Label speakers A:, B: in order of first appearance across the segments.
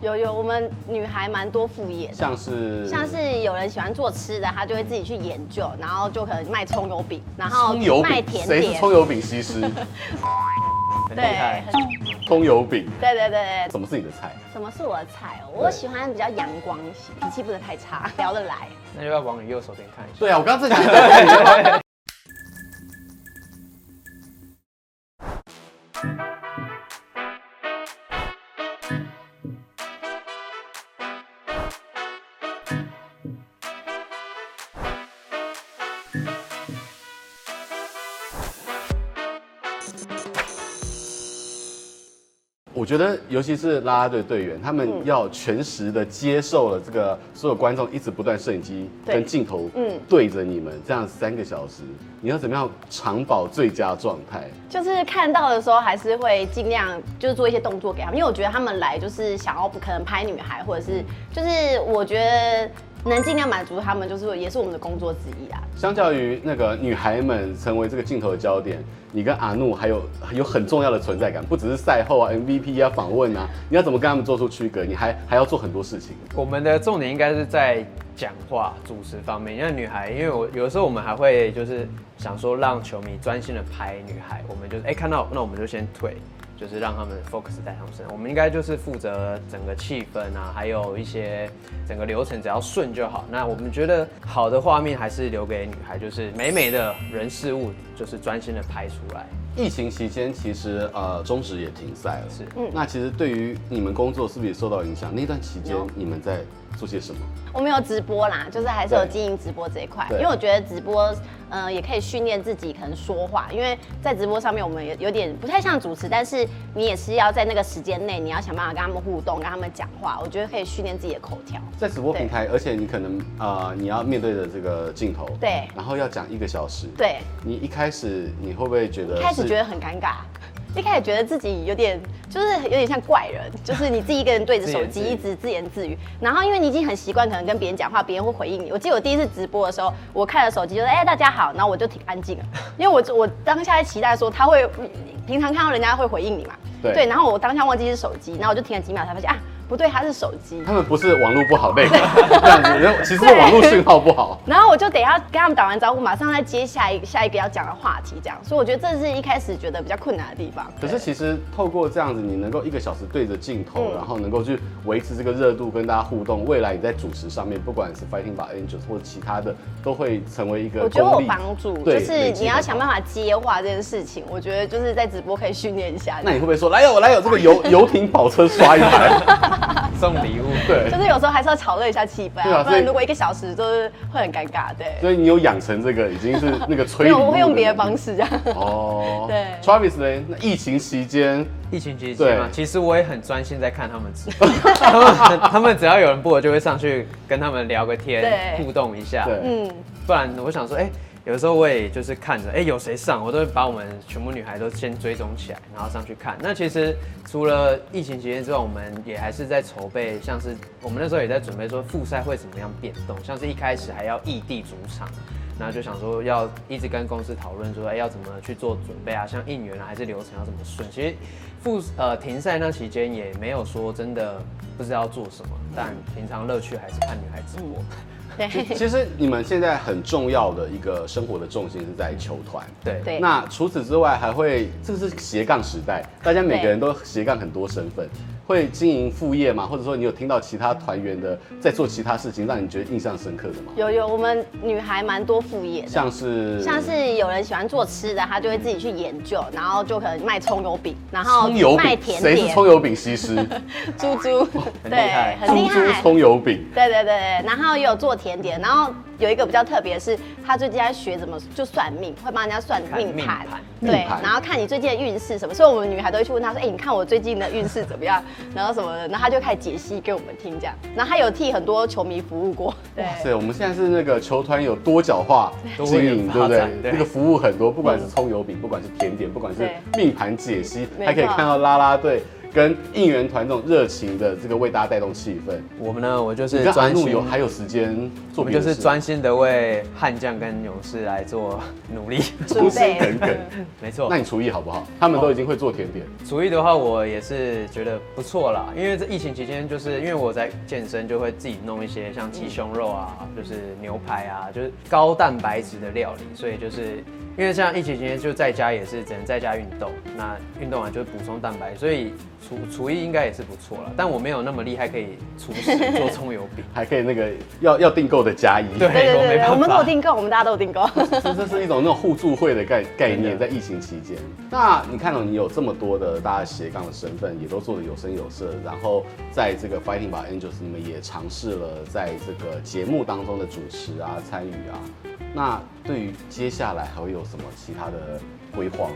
A: 有有，我们女孩蛮多副业的，
B: 像是
A: 像是有人喜欢做吃的，他就会自己去研究，然后就可能卖葱油饼，然后
B: 葱油
A: 卖
B: 饼，
A: 甜
B: 谁是
A: 点，
B: 葱油饼 西施？
C: 很厉
A: 对
C: 害，。
A: 很
B: 葱油饼，
A: 对对对对，
B: 什么是你的菜？
A: 什么是我的菜哦？我喜欢比较阳光型，脾气不能太差，聊得来。
C: 那就要往你右手边看一下。
B: 对啊，我刚刚在 讲。我觉得，尤其是啦啦队队员，他
A: 嗯
B: 们要全时的接受了这个所有观众一直不断摄影机
A: 对
B: 跟镜头
A: 嗯
B: 对着你们，这样三个小时，你要怎么样长保最佳状态？
A: 就是看到的时候，还是会尽量就是做一些动作给他们，因为我觉得他们来就是想要不可能拍女孩，或者是就是我觉得能尽量满足他们，就是也是我们的工作之一啊。
B: 相较于那个女孩们成为这个镜头的焦点，你跟阿怒还有有很重要的存在感，不只是赛后啊、MVP 啊、访问啊，你要怎么跟他们做出区隔？你还还要做很多事情。
C: 我们的重点应该是在讲话、主持方面。像女孩，因为我有的时候我们还会就是想说让球迷专心的拍女孩，我们就是哎、看到那我们就先退，就是让他们 focus 在他们身上。我们应该就是负责整个气氛啊，还有一些整个流程只要顺就好。那我们觉得好的画面还是留给女孩，就是美美的人事物，就是专心的拍出来。
B: 疫情期间，其实呃，中职也停赛了。
C: 是
B: 嗯。那其实对于你们工作是不是也受到影响？那段期间
A: 有
B: 你们在做些什么？
A: 我们有直播啦，就是还是有经营直播这一块，因
B: 对
A: 为我觉得直播，呃，也可以训练自己可能说话，因为在直播上面我们也有点不太像主持，但是你也是要在那个时间内，你要想办法跟他们互动，跟他们讲话，我觉得可以训练自己的口条。
B: 在直播平台，而且你可能呃，你要面对着这个镜头，
A: 对
B: 然后要讲一个小时，。
A: 对，
B: 你一开始你会不会觉得
A: 一
B: 是？
A: 开始觉得很尴尬，一开始觉得自己有点就是有点像怪人， 就是你自己一个人对着手机
C: 自
A: 一
C: 言自
A: 直自言自语，然后因为你已经很习惯，可能跟别人讲话，别人会回应你。我记得我第一次直播的时候，我看着手机就是哎、大家好，然后我就挺安静了，因为我我当下在期待说他会平常看到人家会回应你嘛，
B: 对
A: 然后我当下忘记是手机，然后我就停了几秒才发现啊不对，他是手机。
B: 他们不是网络 不好累，这样子，然后其实是网络讯号不好。
A: 然后我就得要跟他们打完招呼，马上再接下一个下一个要讲的话题，这样，所以我觉得这是一开始觉得比较困难的地方。
B: 可是其实透过这样子，你能够一个小时对着镜头，
A: 嗯
B: 然后能够去维持这个热度，跟大家互动。未来你在主持上面，不管是 Fighting by Angels 或者其他的，都会成为一个
A: 我觉得我
B: 功
A: 有
B: 力
A: 帮助，就
B: 对
A: 是你要想办
B: 法。
A: 法接话这件事情，我觉得就是在直播可以训练一下。
B: 那你会不会说来有来有这个游 游艇跑车刷一排？
C: 送礼物，
B: 对
A: 就，是有时候还是要炒热一下气氛
B: 对
A: 啊，
B: 啊
A: 不
B: 所以
A: 然如果一个小时就是会很尴尬。对，
B: 所以你有养成这个已经是那个 催
A: 没
B: 泪。
A: 有，我会用别的方式这 样。
B: 哦，
A: 对
B: ，Travis 呢？那疫情期间，
C: 疫情期间嘛
B: 对，
C: 其实我也很专心在看他们直播， 他们他们只要有人播，我就会上去跟他们聊个天，
A: 对
C: 互动一下。
B: 对，
A: 嗯，
C: 不然我想说，哎、有时候我也就是看着，哎、有谁上，我都会把我们全部女孩都先追踪起来，然后上去看。那其实除了疫情期间之外，我们也还是在筹备，像是我们那时候也在准备说复赛会怎么样变动，像是一开始还要异地主场。然后就想说要一直跟公司讨论说，哎，要怎么去做准备啊？像应援啊，还是流程要怎么顺？其实复呃停赛那期间也没有说真的不知道做什么，但平常乐趣还是看女孩直播。
A: 对
B: 其实你们现在很重要的一个生活的重心是在球团。
C: 对
A: 对
B: 那除此之外，还会这是斜杠时代，大家每个人都斜杠很多身份，会经营副业嘛？或者说你有听到其他团员的在做其他事情，让你觉得印象深刻的吗？
A: 有有，我们女孩蛮多副业的。
B: 像是
A: 像是有人喜欢做吃的，他就会自己去研究，然后就可能卖葱油饼，然后
B: 葱油
A: 卖
B: 饼，
A: 甜
B: 谁是
A: 点，
B: 葱油饼西施？
A: 猪 猪，
C: 很厉
A: 对
C: 害，
A: 很厉
B: 猪猪
A: 害。
B: 葱油饼。
A: 对对对对，然后也有做甜点，然后有一个比较特别的是，他最近在学怎么就算命，会帮人家算命
C: 命
A: 盘
C: 盘，
A: 对
B: 命，盘
A: 然后看你最近的运势什么，所以我们女孩都会去问他说，哎、你看我最近的运势怎么样，然后什么的，然后他就开始解析给我们听这样，然后他有替很多球迷服务过，对
B: 哇塞，我们现在是那个球团有多角化经营，对不
C: 多元发
B: 对
C: 展？对
B: 那个服务很多，不管是葱油饼，不管是甜点，不管是
A: 对
B: 命盘解析，
A: 没错
B: 还可以看到啦啦队跟应援团这种热情的这个为大家带动气氛。
C: 我们呢，我就
B: 你
C: 是
B: 跟阿
C: 专
B: 怒
C: 心
B: 有还有时间
C: 我
B: 做
C: 们
B: 别
C: 就
B: 的
C: 是
B: 事
C: 专心的为悍将跟勇士来做努力。
A: 准
B: 忠心
A: 备
B: 耿 耿。
C: 没错
B: 那，你厨艺好不好？他们都已经会做甜点，，
C: 厨艺的话，我也是觉得不错啦，因为这疫情期间，就是因为我在健身，就会自己弄一些像鸡胸肉啊，就是牛排啊，就是高蛋白质的料理，所以就是因为像疫情期间就在家也是只能在家运动，那运动完就是补充蛋白，所以厨厨艺应该也是不错了，但我没有那么厉害可以厨师做葱油饼
B: 还可以那个要要订购的加一。
C: 对
A: 对对对
C: 我没办
A: 对，
C: 法
A: 我们都有订购，我们大家都有订购。
B: 这这是一种那种互助会的概概念，
C: 真
B: 在
C: 的
B: 疫情期间。那你看到、哦你有这么多的大家斜杠的身份，也都做得有声有色，然后在这个 Fighting by Angels 你们也尝试了在这个节目当中的主持啊、参与啊。那对于接下来还会有什么其他的规划吗？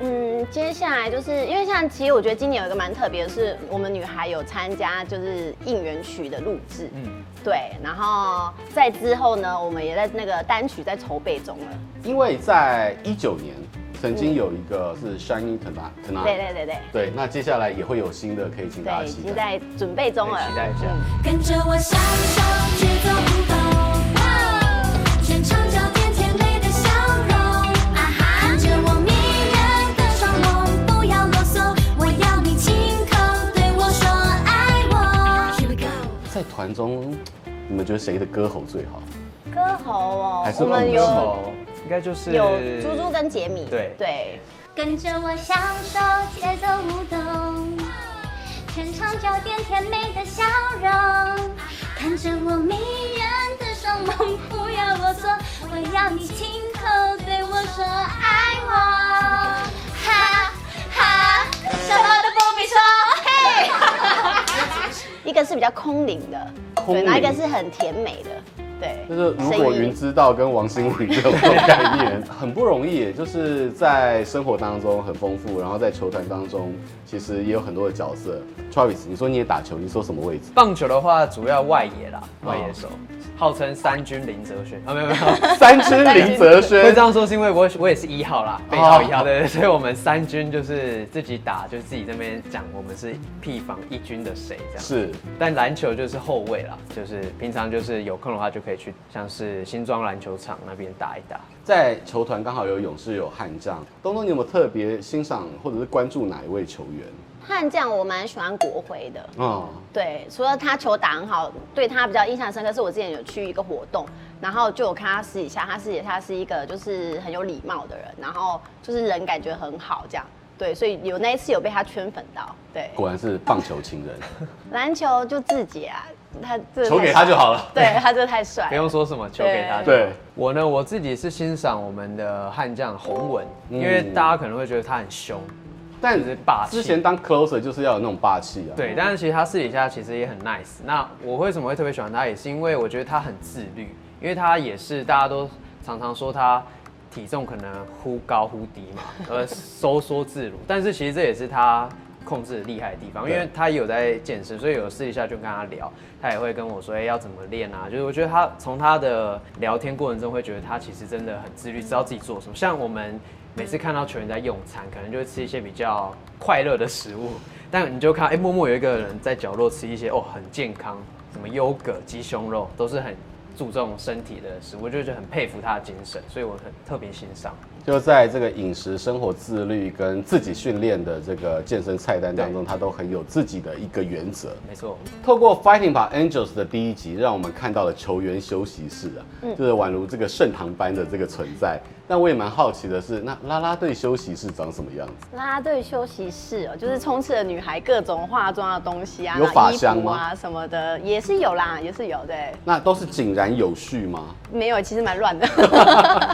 A: 嗯，接下来就是因为像其实我觉得今年有一个蛮特别的是，我们女孩有参加就是应援曲的录制，
C: 嗯
A: 嗯，对，然后在之后呢，我们也在那个单曲在筹备中了，
B: 因为在一九年曾经有一个是 Shining
A: 对
B: Tonight，
A: 对对对
B: 对，那接下来也会有新的可以请啊大
A: 对，
B: 家
A: 已
B: 期
A: 经
B: 待。
A: 在准备中了，嗯
C: 期待一下。
D: 跟着我享受节奏舞动，哇全场焦点甜美的笑容，啊哈！跟着我迷人的双眸，不要啰嗦，我要你亲口对我说爱我。Here we go。
B: 在团中，你们觉得谁的歌喉最好？
A: 歌喉
B: 还
A: 哦，
B: 是
A: 我们
B: 有
A: 有
B: 我们
C: 哦，应该就是
A: 有猪猪跟杰米，
C: 对
A: 对，
D: 跟着我享受节奏舞动，全场焦点甜美的笑容，看着我迷人的双眸，不要啰嗦，我要你亲口对我说爱我，哈哈，什么都不必说，嘿。
A: 一个是比较空灵的，
B: 空
A: 对，
B: 灵
A: 然后一个是很甜美的，对，
B: 就是如果
A: 声
B: 云
A: 音
B: 知道跟王心凌这种概念很不容易，就是在生活当中很丰富，然后在球团当中其实也有很多的角色。Travis，你说你也打球，你说什么位 置？
C: 棒球的话，主要外野啦，
B: 哦
C: 外野手，号称三军林哲轩啊，没有 没有，
B: 三支林哲
C: 会这
B: 轩，
C: 样说是因为我我也是一号
B: 哦
C: 啦，背号一号对，对所以我们三军就是自己打，就是自己这边讲我们是屁防一军的谁这样。
B: 是
C: 但篮球就是后卫啦，就是平常就是有空的话就可以去像是新庄篮球场那边打一打。
B: 在球团刚好有勇士有悍将。东东，你有没有特别欣赏或者是关注哪一位球员？
A: 悍将我蛮喜欢国徽的，
B: 哦，
A: 对，除了他球打很好，对他比较印象深刻是我之前有去一个活动，然后就有看他私底下，他私底下是一个就是很有礼貌的人，然后就是人感觉很好这样。对，所以有那一次有被他圈粉到。对，
B: 果然是棒球情人，
A: 篮球就自己啊，他这
B: 球给他就好了。
A: 对他真的太 帅
C: 不。用说什么，球给他就好。
B: 哎对
C: 我呢，我自己是欣赏我们的悍将洪文，因为
B: 嗯
C: 大家可能会觉得他很凶，
B: 但
C: 就是霸气
B: 之前当 closer 就是要有那种霸气啊。
C: 对，但是其实他私底下其实也很 nice。那我为什么会特别喜欢他，也是因为我觉得他很自律，因为他也是大家都常常说他体重可能忽高忽低嘛，呃，收缩自如。但是其实这也是他控制厉害的地方，因为
B: 对
C: 他有在健身，所以有私底下就跟他聊，他也会跟我说，哎、要怎么练啊？就是我觉得他从他的聊天过程中，会觉得他其实真的很自律，知道自己做什么。像我们每次看到球员在用餐，可能就会吃一些比较快乐的食物，但你就看，哎、默默有一个人在角落吃一些哦，很健康，什么优格、鸡胸肉，都是很注重身体的食物，我就觉得很佩服他的精神，所以我很特别欣赏。
B: 就在这个饮食、生活自律跟自己训练的这个健身菜单当中，他都很有自己的一个原则。
C: 没错，
B: 透过 Fighting 把 Angels 的第一集，让我们看到了球员休息室啊，
C: 嗯
B: 就是宛如这个盛唐般的这个存在。但我也蛮好奇的是，那啦啦队休息室长什么样子？
A: 啦啦队休息室哦，就是充斥了女孩各种化妆的东西啊，
B: 有
A: 然后
B: 法
A: 衣
B: 香
A: 服
B: 吗
A: 啊什么的也是有啦，也是有对。
B: 那都是井然有序吗？
A: 没有，其实蛮 乱的。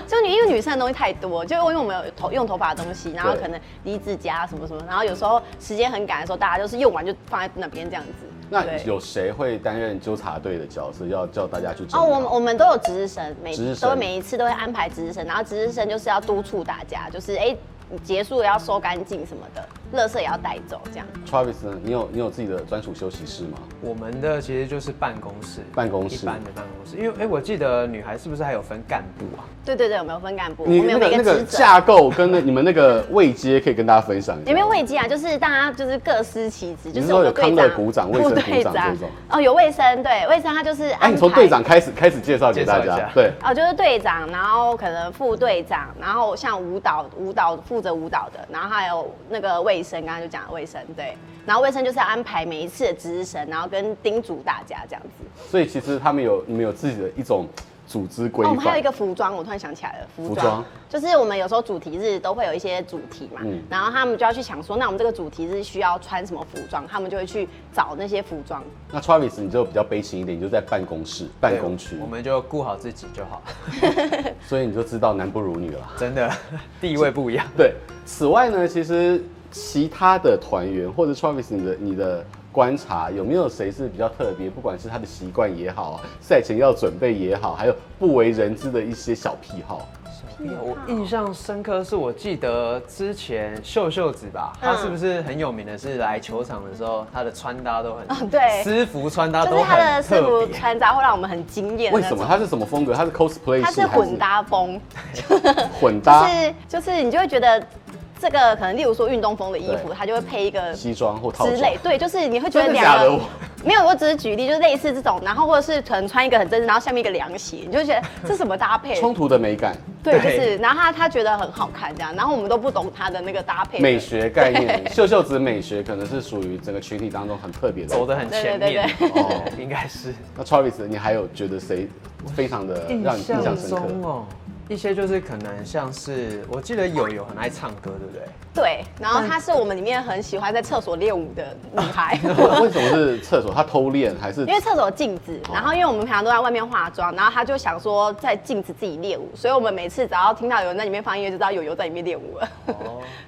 A: 就女因为女生的东西太多，就因为我们有头用头发的东西，然后
B: 对
A: 可能离子夹什么什么，然后有时候时间很赶的时候，大家就是用完就放在那边这样子。
B: 那
A: 对
B: 有谁会担任纠察队的角色，要叫大家去整
A: 哦，我们
B: 理
A: 我们都有值日生，每
B: 值日生
A: 都每一次都会安排值日生，然后值日生就是要督促大家，就是哎、你结束了要收干净什么的，垃圾也要带走这样。
B: Travis 呢？你有你有自己的专属休息室吗？
C: 我们的其实就是办公室，
B: 办公室
C: 一般的办公室，因为哎、我记得女孩是不是还有分干部啊？
A: 对对对，我们有分干部，我
B: 你
A: 们有
B: 那
A: 每
B: 个那
A: 个
B: 个
A: 职责。
B: 架构跟那你们那个位阶可以跟大家分享一下。
A: 也没有位阶啊，就是大家就是各司其职，就是
B: 是
A: 我
B: 说
A: 们
B: 有
A: 队
B: 康
A: 长、
B: 乐股长卫
A: 副
B: 生股
A: 队
B: 长
A: 长
B: 这种
A: 哦，有卫生，对，卫生他就是安排。
B: 哎，你从队长开始开始介绍给大
C: 介绍一
B: 家
C: 下，
B: 对，
A: 哦，就是队长，然后可能副队长，然后像舞蹈舞蹈负责舞蹈的，然后还有那个卫生，刚刚就讲了卫生，对，然后卫生就是要安排每一次的值日生，然后跟叮嘱大家这样子。
B: 所以其实他们有你们有自己的一种组织规
A: 哦，我
B: 范。
A: 们还有一个服装，我突然想起来了，服
B: 服装
A: 装就是我们有时候主题日都会有一些主题嘛，
B: 嗯
A: 然后他们就要去想说，那我们这个主题日需要穿什么服装，他们就会去找那些服装。
B: 那 Travis 你就比较悲情一点，你就在办公室、办公区
C: 对，我们就顾好自己就好，
B: 所以你就知道男不如女了。
C: 真的 地位不一样。
B: 对，此外呢，其实其他的团员或者 Travis 你的你的观察有没有谁是比较特别？不管是他的习惯也好啊，赛前要准备也好，还有不为人知的一些小癖好。
C: 我印象深刻是我记得之前秀秀子吧，
A: 嗯
C: 她是不是很有名的？是来球场的时候，她的穿搭都很，
A: 哦对
C: 私服穿搭
A: 就
C: 都
A: 是他的
C: 很
A: 制服
C: 特别。
A: 穿搭会让我们很惊艳的
B: 为
A: 那
B: 什
A: 种。
B: 么？他是什么风格？他是 cosplay
A: 它
B: 型
A: 是
B: 还
A: 混搭风，
B: 混
A: 就
B: 搭
A: 是就是你就会觉得这个可能，例如说运动风的衣服，
B: 对
A: 它就会配一个
B: 西装或套
A: 之
B: 装
A: 类，对，就是你会觉得
B: 真的
A: 两
B: 假的
A: 个
B: 我
A: 没有，我只是举例，就是类似这种，然后或者是可能穿一个很正式，然后下面一个凉鞋，你就觉 得这什么搭配？
B: 冲突的美感。
A: 对，就
C: 对
A: 是，然后他他觉得很好看这样，然后我们都不懂他的那个搭配的
B: 美学概念，秀秀子美学可能是属于整个群体当中很特别的。
C: 走得很前面
A: 对
C: 哦，应该是
B: 那 Travis，你还有觉得谁非常的让你印象深刻？
C: 哦，一些就是可能像是我记得友友很爱唱歌，对不对？
A: 对，然后她是我们里面很喜欢在厕所练舞的女 孩。
B: 为为什么是厕所？他偷练还是
A: 因？为厕所有镜子，
B: 哦
A: 然后因为我们平常都在外面化妆，然后他就想说在镜子自己练舞，所以我们每次只要听到有人在里面放音乐，就知道有油在里面练舞了。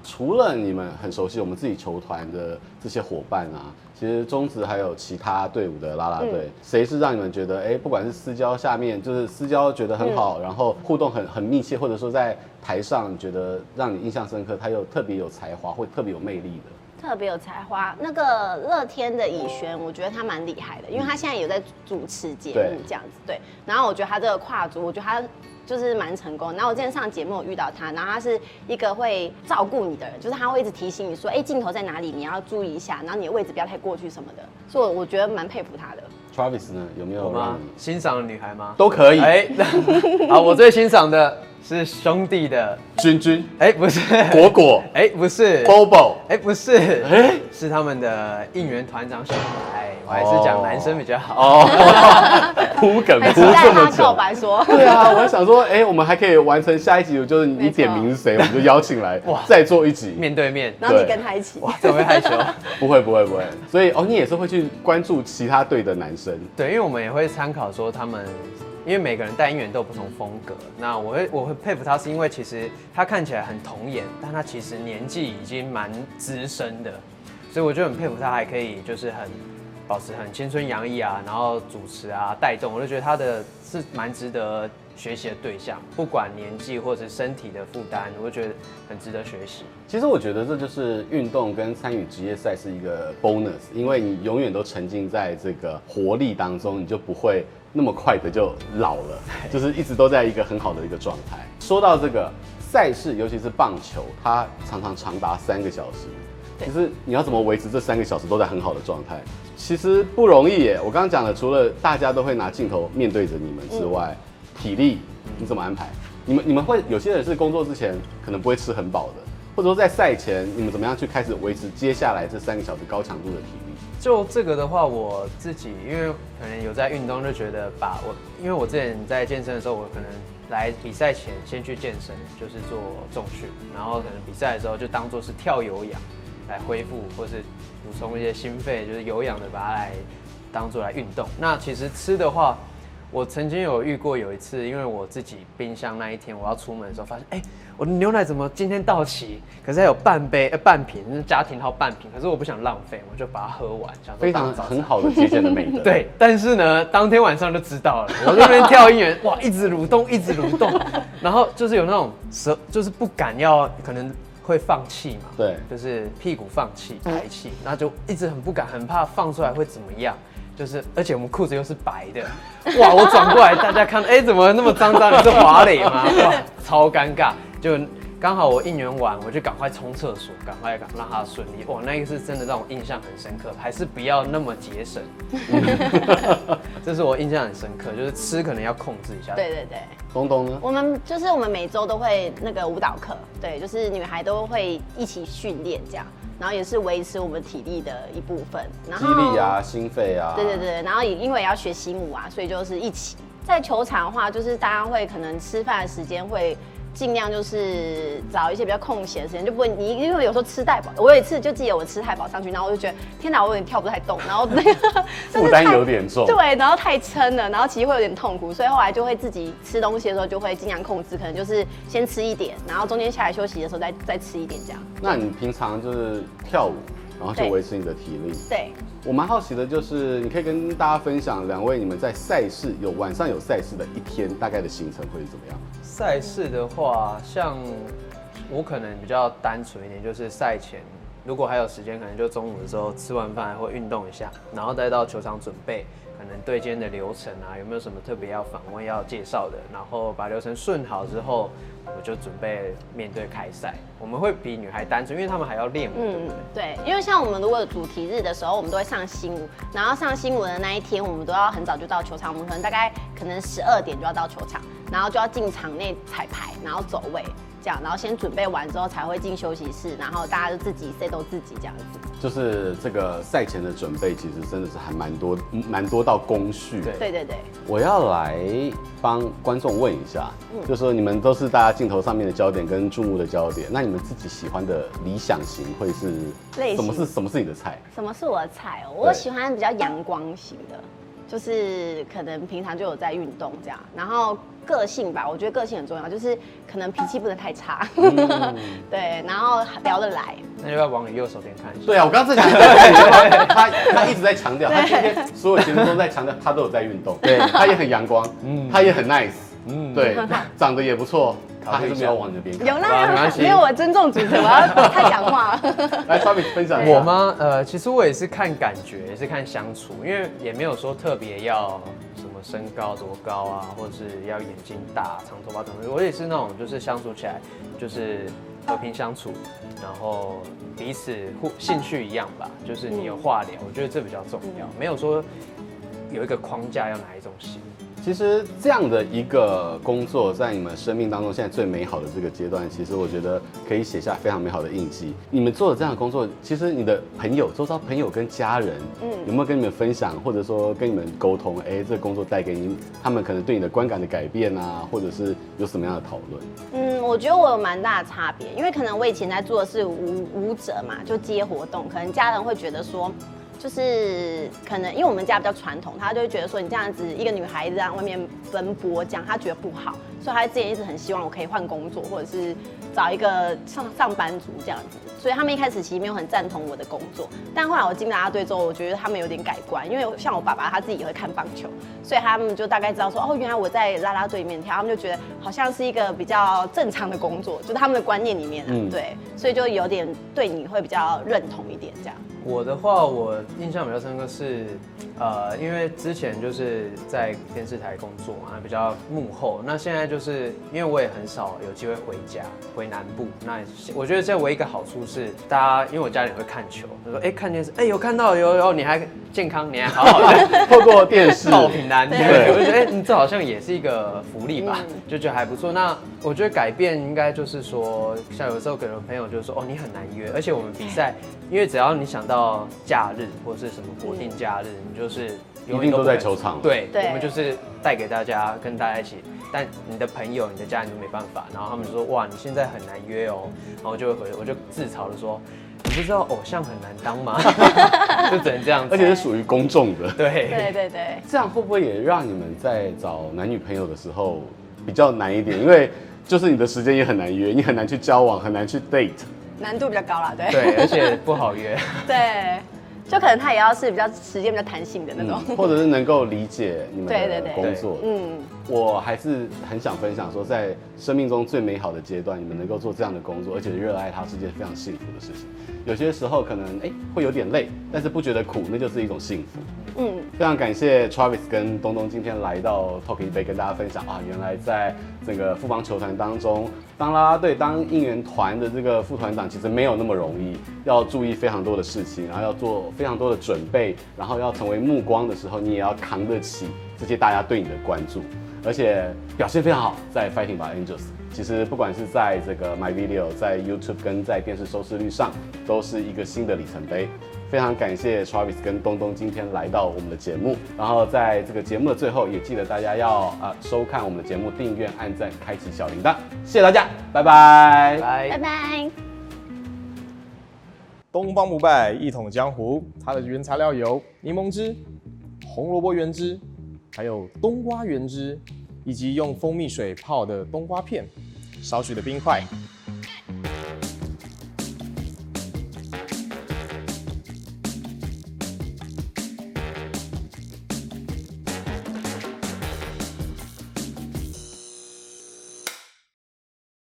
B: 除了你们很熟悉我们自己球团的这些伙伴啊，其实中职还有其他队伍的啦啦队，
A: 嗯
B: 谁、是让你们觉得哎、不管是私交下面就是私交觉得很好，
A: 嗯
B: 然后互动很很密切，或者说在台上觉得让你印象深刻，他又特别有才华或特别有魅力的？
A: 特别有才华，那个乐天的以轩，我觉得他蛮厉害的，因为他现在有在主持节目
B: 对
A: 这样子，对。然后我觉得他这个跨足，我觉得他就是蛮成功。然后我之前上节目有遇到他，然后他是一个会照顾你的人，就是他会一直提醒你说，哎、镜头在哪里，你要注意一下，然后你的位置不要太过去什么的。所以我我觉得蛮佩服他的。
B: Travis 呢，有没
C: 我
B: 有让
C: 吗
B: 你？
C: 欣赏的女孩吗？
B: 都可以
C: 哎， 好，我最欣赏的是兄弟的，
B: 君君、
C: 哎，不是
B: 果果、
C: 哎，不是
B: Bobo，
C: 哎，不是，
B: 哎
C: 是他们的应援团长小孩，我还是讲男生比较好。
B: 哦，铺梗
A: 很期
B: 铺
A: 待
B: 这么
A: 他告
B: 久。
A: 白说，
B: 对啊，我还想说，哎、我们还可以完成下一集，就是你
A: 没错
B: 点名是谁，我们就邀请来
C: 哇
B: 再做一集。
C: 面对面，
A: 然后你
B: 对
A: 跟他一起。
C: 怎么会害羞？
B: 不会不会不会，所以哦，你也是会去关注其他队的男生，
C: 对，因为我们也会参考说他们，因为每个人带音源都有不同风格。那我会我会佩服他，是因为其实他看起来很童颜，但他其实年纪已经蛮资深的，所以我就很佩服他还可以就是很保持很青春洋溢啊，然后主持啊带动，我就觉得他的是蛮值得学习的对象，不管年纪或者身体的负担，我就觉得很值得学习。
B: 其实我觉得这就是运动跟参与职业赛是一个 bonus，因为你永远都沉浸在这个活力当中，你就不会那么快的就老了，就是一直都在一个很好的一个状态。说到这个赛事，尤其是棒球，它常常长达三个小时。
A: 对
B: 其实你要怎么维持这三个小时都在很好的状态，其实不容易耶。我刚刚讲的，除了大家都会拿镜头面对着你们之外，
A: 嗯
B: 体力你怎么安排？你们你们会有些人是工作之前可能不会吃很饱的，或者说在赛前你们怎么样去开始维持接下来这三个小时高强度的体力？
C: 就这个的话，我自己因为可能有在运动，就觉得把我，因为我之前在健身的时候，我可能来比赛前先去健身，就是做重训，然后可能比赛的时候就当做是跳有氧来恢复，或是补充一些心肺，就是有氧的把它来当做来运动。那其实吃的话，我曾经有遇过有一次，因为我自己冰箱那一天我要出门的时候，发现哎、我的牛奶怎么今天到期？可是还有半杯、呃、半瓶，就是家庭号半瓶，可是我不想浪费，我就把它喝完，想说
B: 非
C: 当
B: 常
C: 早餐
B: 很。好的节俭的美德。，
C: 对，但是呢，当天晚上就知道了，我那边跳音源，哇，一直蠕动，一直蠕动，然后就是有那种舌，就是不敢要，可能会放气嘛，
B: 对
C: 就是屁股放气、排气，那就一直很不敢，很怕放出来会怎么样。就是而且我们裤子又是白的，哇！我转过来，大家看，哎、怎么那么脏脏？你是华磊吗？哇，超尴尬。就刚好我应援完，我就赶快冲厕所，赶快赶让他顺利。哇，那个是真的让我印象很深刻，还是不要那么节省。 这是我印象很深刻，就是吃可能要控制一下。
A: 对对对，
B: 东东呢？
A: 我们就是我们每周都会那个舞蹈课，对，就是女孩都会一起训练这样，然后也是维持我们体力的一部分。然
B: 肌
A: 后
B: 力啊，心肺啊，
A: 对对对，然后也因为也要学新舞啊，所以就是一起在球场的话，就是大家会可能吃饭的时间会。尽量就是找一些比较空闲的时间，就不会你因为有时候吃太饱，我有一次就记得我吃太饱上去，然后我就觉得天哪，我有点跳不太动，然后 那个
B: 负担有点重
A: 对，然后太撑了，然后其实会有点痛苦，所以后来就会自己吃东西的时候就会尽量控制，可能就是先吃一点，然后中间下来休息的时候再再吃一点这样。
B: 那你平常就是跳舞，然后去
A: 对
B: 维持你的体力。
A: 对，
B: 我蛮好奇的，就是你可以跟大家分享两位你们在赛事有晚上有赛事的一天大概的行程会是怎么样？
C: 赛事的话，像我可能比较单纯一点，就是赛前如果还有时间，可能就中午的时候吃完饭还会运动一下，然后再到球场准备，可能对今天的流程啊，有没有什么特别要访问要介绍的，然后把流程顺好之后，我就准备面对开赛。我们会比女孩单纯，因为她们还要练舞，对不
A: 嗯
C: 对？，
A: 对，因为像我们如果有主题日的时候，我们都会上新舞，然后上新舞的那一天，我们都要很早就到球场，我们可能大概可能十二点就要到球场，然后就要进场内彩排，然后走位。这样，然后先准备完之后才会进休息室，然后大家就自己 set 都自己这样子。
B: 就是这个赛前的准备，其实真的是还蛮多蛮多道工序。
C: 对
A: 对对对，
B: 我要来帮观众问一下，
A: 嗯
B: 就说你们都是大家镜头上面的焦点跟注目的焦点，那你们自己喜欢的理想型会是
A: 类型
B: 什么是什么是你的菜？
A: 什么是我的菜哦？我
B: 对
A: 喜欢比较阳光型的，就是可能平常就有在运动这样，然后个性吧，我觉得个性很重要，就是可能脾气不能太差， 对，然后聊得来，
C: 那就要往你右手边看一下。
B: 对啊，我刚刚在 讲，对他他一直在强调，他今天所有节目都在强调，他都有在运动，对，他也很阳光，嗯，他也很 nice，嗯，对，长得也不错，他还是没有往你那边看。
A: 有
C: 哇没
A: 啦
C: 关，系
A: 没有我尊重主持人，我要太讲话了。
B: 来 t o m 分享一下
C: 我？吗？呃，其实我也是看感觉，也是看相处，因为也没有说特别要什么身高多高啊，或者是要眼睛大、长头发等等。我也是那种就是相处起来就是和平相处，然后彼此互兴趣一样吧，就是你有话聊，我觉得这比较重要，没有说有一个框架要哪一种型。
B: 其实这样的一个工作，在你们生命当中现在最美好的这个阶段，其实我觉得可以写下非常美好的印记。你们做的这样的工作，其实你的朋友、周遭朋友跟家人，嗯，有没有跟你们分享，或者说跟你们沟通？哎，这个工作带给你，他们可能对你的观感的改变啊，或者是有什么样的讨论？
A: 嗯，我觉得我有蛮大的差别，因为可能我以前在做的是舞舞者嘛，就接活动，可能家人会觉得说，就是可能因为我们家比较传统，他就会觉得说哦你这样子一个女孩子在外面奔波，这样他觉得不好，所以他之前一直很希望我可以换工作，或者是找一个上上班族这样子。所以他们一开始其实没有很赞同我的工作，但后来我进啦啦队之后，我觉得他们有点改观，因为像我爸爸他自己也会看棒球，所以他们就大概知道说，哦，原来我在啦啦队里面跳，他们就觉得好像是一个比较正常的工作，就是他们的观念里面啊，
B: 嗯
A: 对，所以就有点对你会比较认同一点这样。
C: 我的话，我印象比较深刻是，呃，因为之前就是在电视台工作嘛，比较幕后。那现在就是因为我也很少有机会回家，回南部。那也是我觉得这唯一一个好处是，大家因为我家里会看球，就说哎、看电视，哎、有看到有有，你还健康，你还好好的。
B: 透过电视，
C: 报平安，对，
B: 对
C: 我就觉得哎、你这好像也是一个福利吧，就觉得还不错。那我觉得改变应该就是说，像有时候可能朋友就说哦，你很难约，而且我们比赛，因为只要你想到假日或是什么国定假日，你就是
B: 一
C: 永远
B: 定都在
C: 不可
B: 球
C: 能
B: 场
C: 对，
A: 对
C: 我们就是带给大家，跟大家一起。但你的朋友、你的家人就没办法，然后他们就说哇，你现在很难约哦，然后我就会回，我就自嘲的说，你不知道偶像很难当吗？就只能这样子，
B: 而且是属于公众的。
C: 对
A: 对对对，
B: 这样会不会也让你们在找男女朋友的时候比较难一点？因为就是你的时间也很难约，你很难去交往，很难去 date。
A: 难度比较高啦，对
C: 对，而且不好约。
A: 对，就可能他也要是比较时间比较弹性的那种。
B: 嗯，或者是能够理解你们
A: 对
B: 的
A: 对对
B: 工作。
A: 嗯，
B: 我还是很想分享说，在生命中最美好的阶段，你们能够做这样的工作，而且热爱它是件非常幸福的事情。有些时候可能哎、诶会有点累，但是不觉得苦，那就是一种幸福。
A: 嗯，
B: 可非常感谢 Travis 跟东东今天来到 Talk 一杯，跟大家分享啊，原来在整个富邦球团当中，当啦啦队、当应援团的这个副团长，其实没有那么容易，要注意非常多的事情，然后要做非常多的准备，然后要成为目光的时候，你也要扛得起这些大家对你的关注。而且表现非常好，在 Fighting by Angels，其实不管是在这个 My Video、在 YouTube 跟在电视收视率上，都是一个新的里程碑。非常感谢 Travis 跟东东今天来到我们的节目，然后在这个节目的最后，也记得大家要啊、收看我们的节目，订阅、按赞、开启小铃铛，谢谢大家，拜拜。
C: 拜
A: 拜拜。
E: 东方不败一统江湖，它的原材料有柠檬汁、红萝卜原汁，还有冬瓜原汁，以及用蜂蜜水泡的冬瓜片，少许的冰块，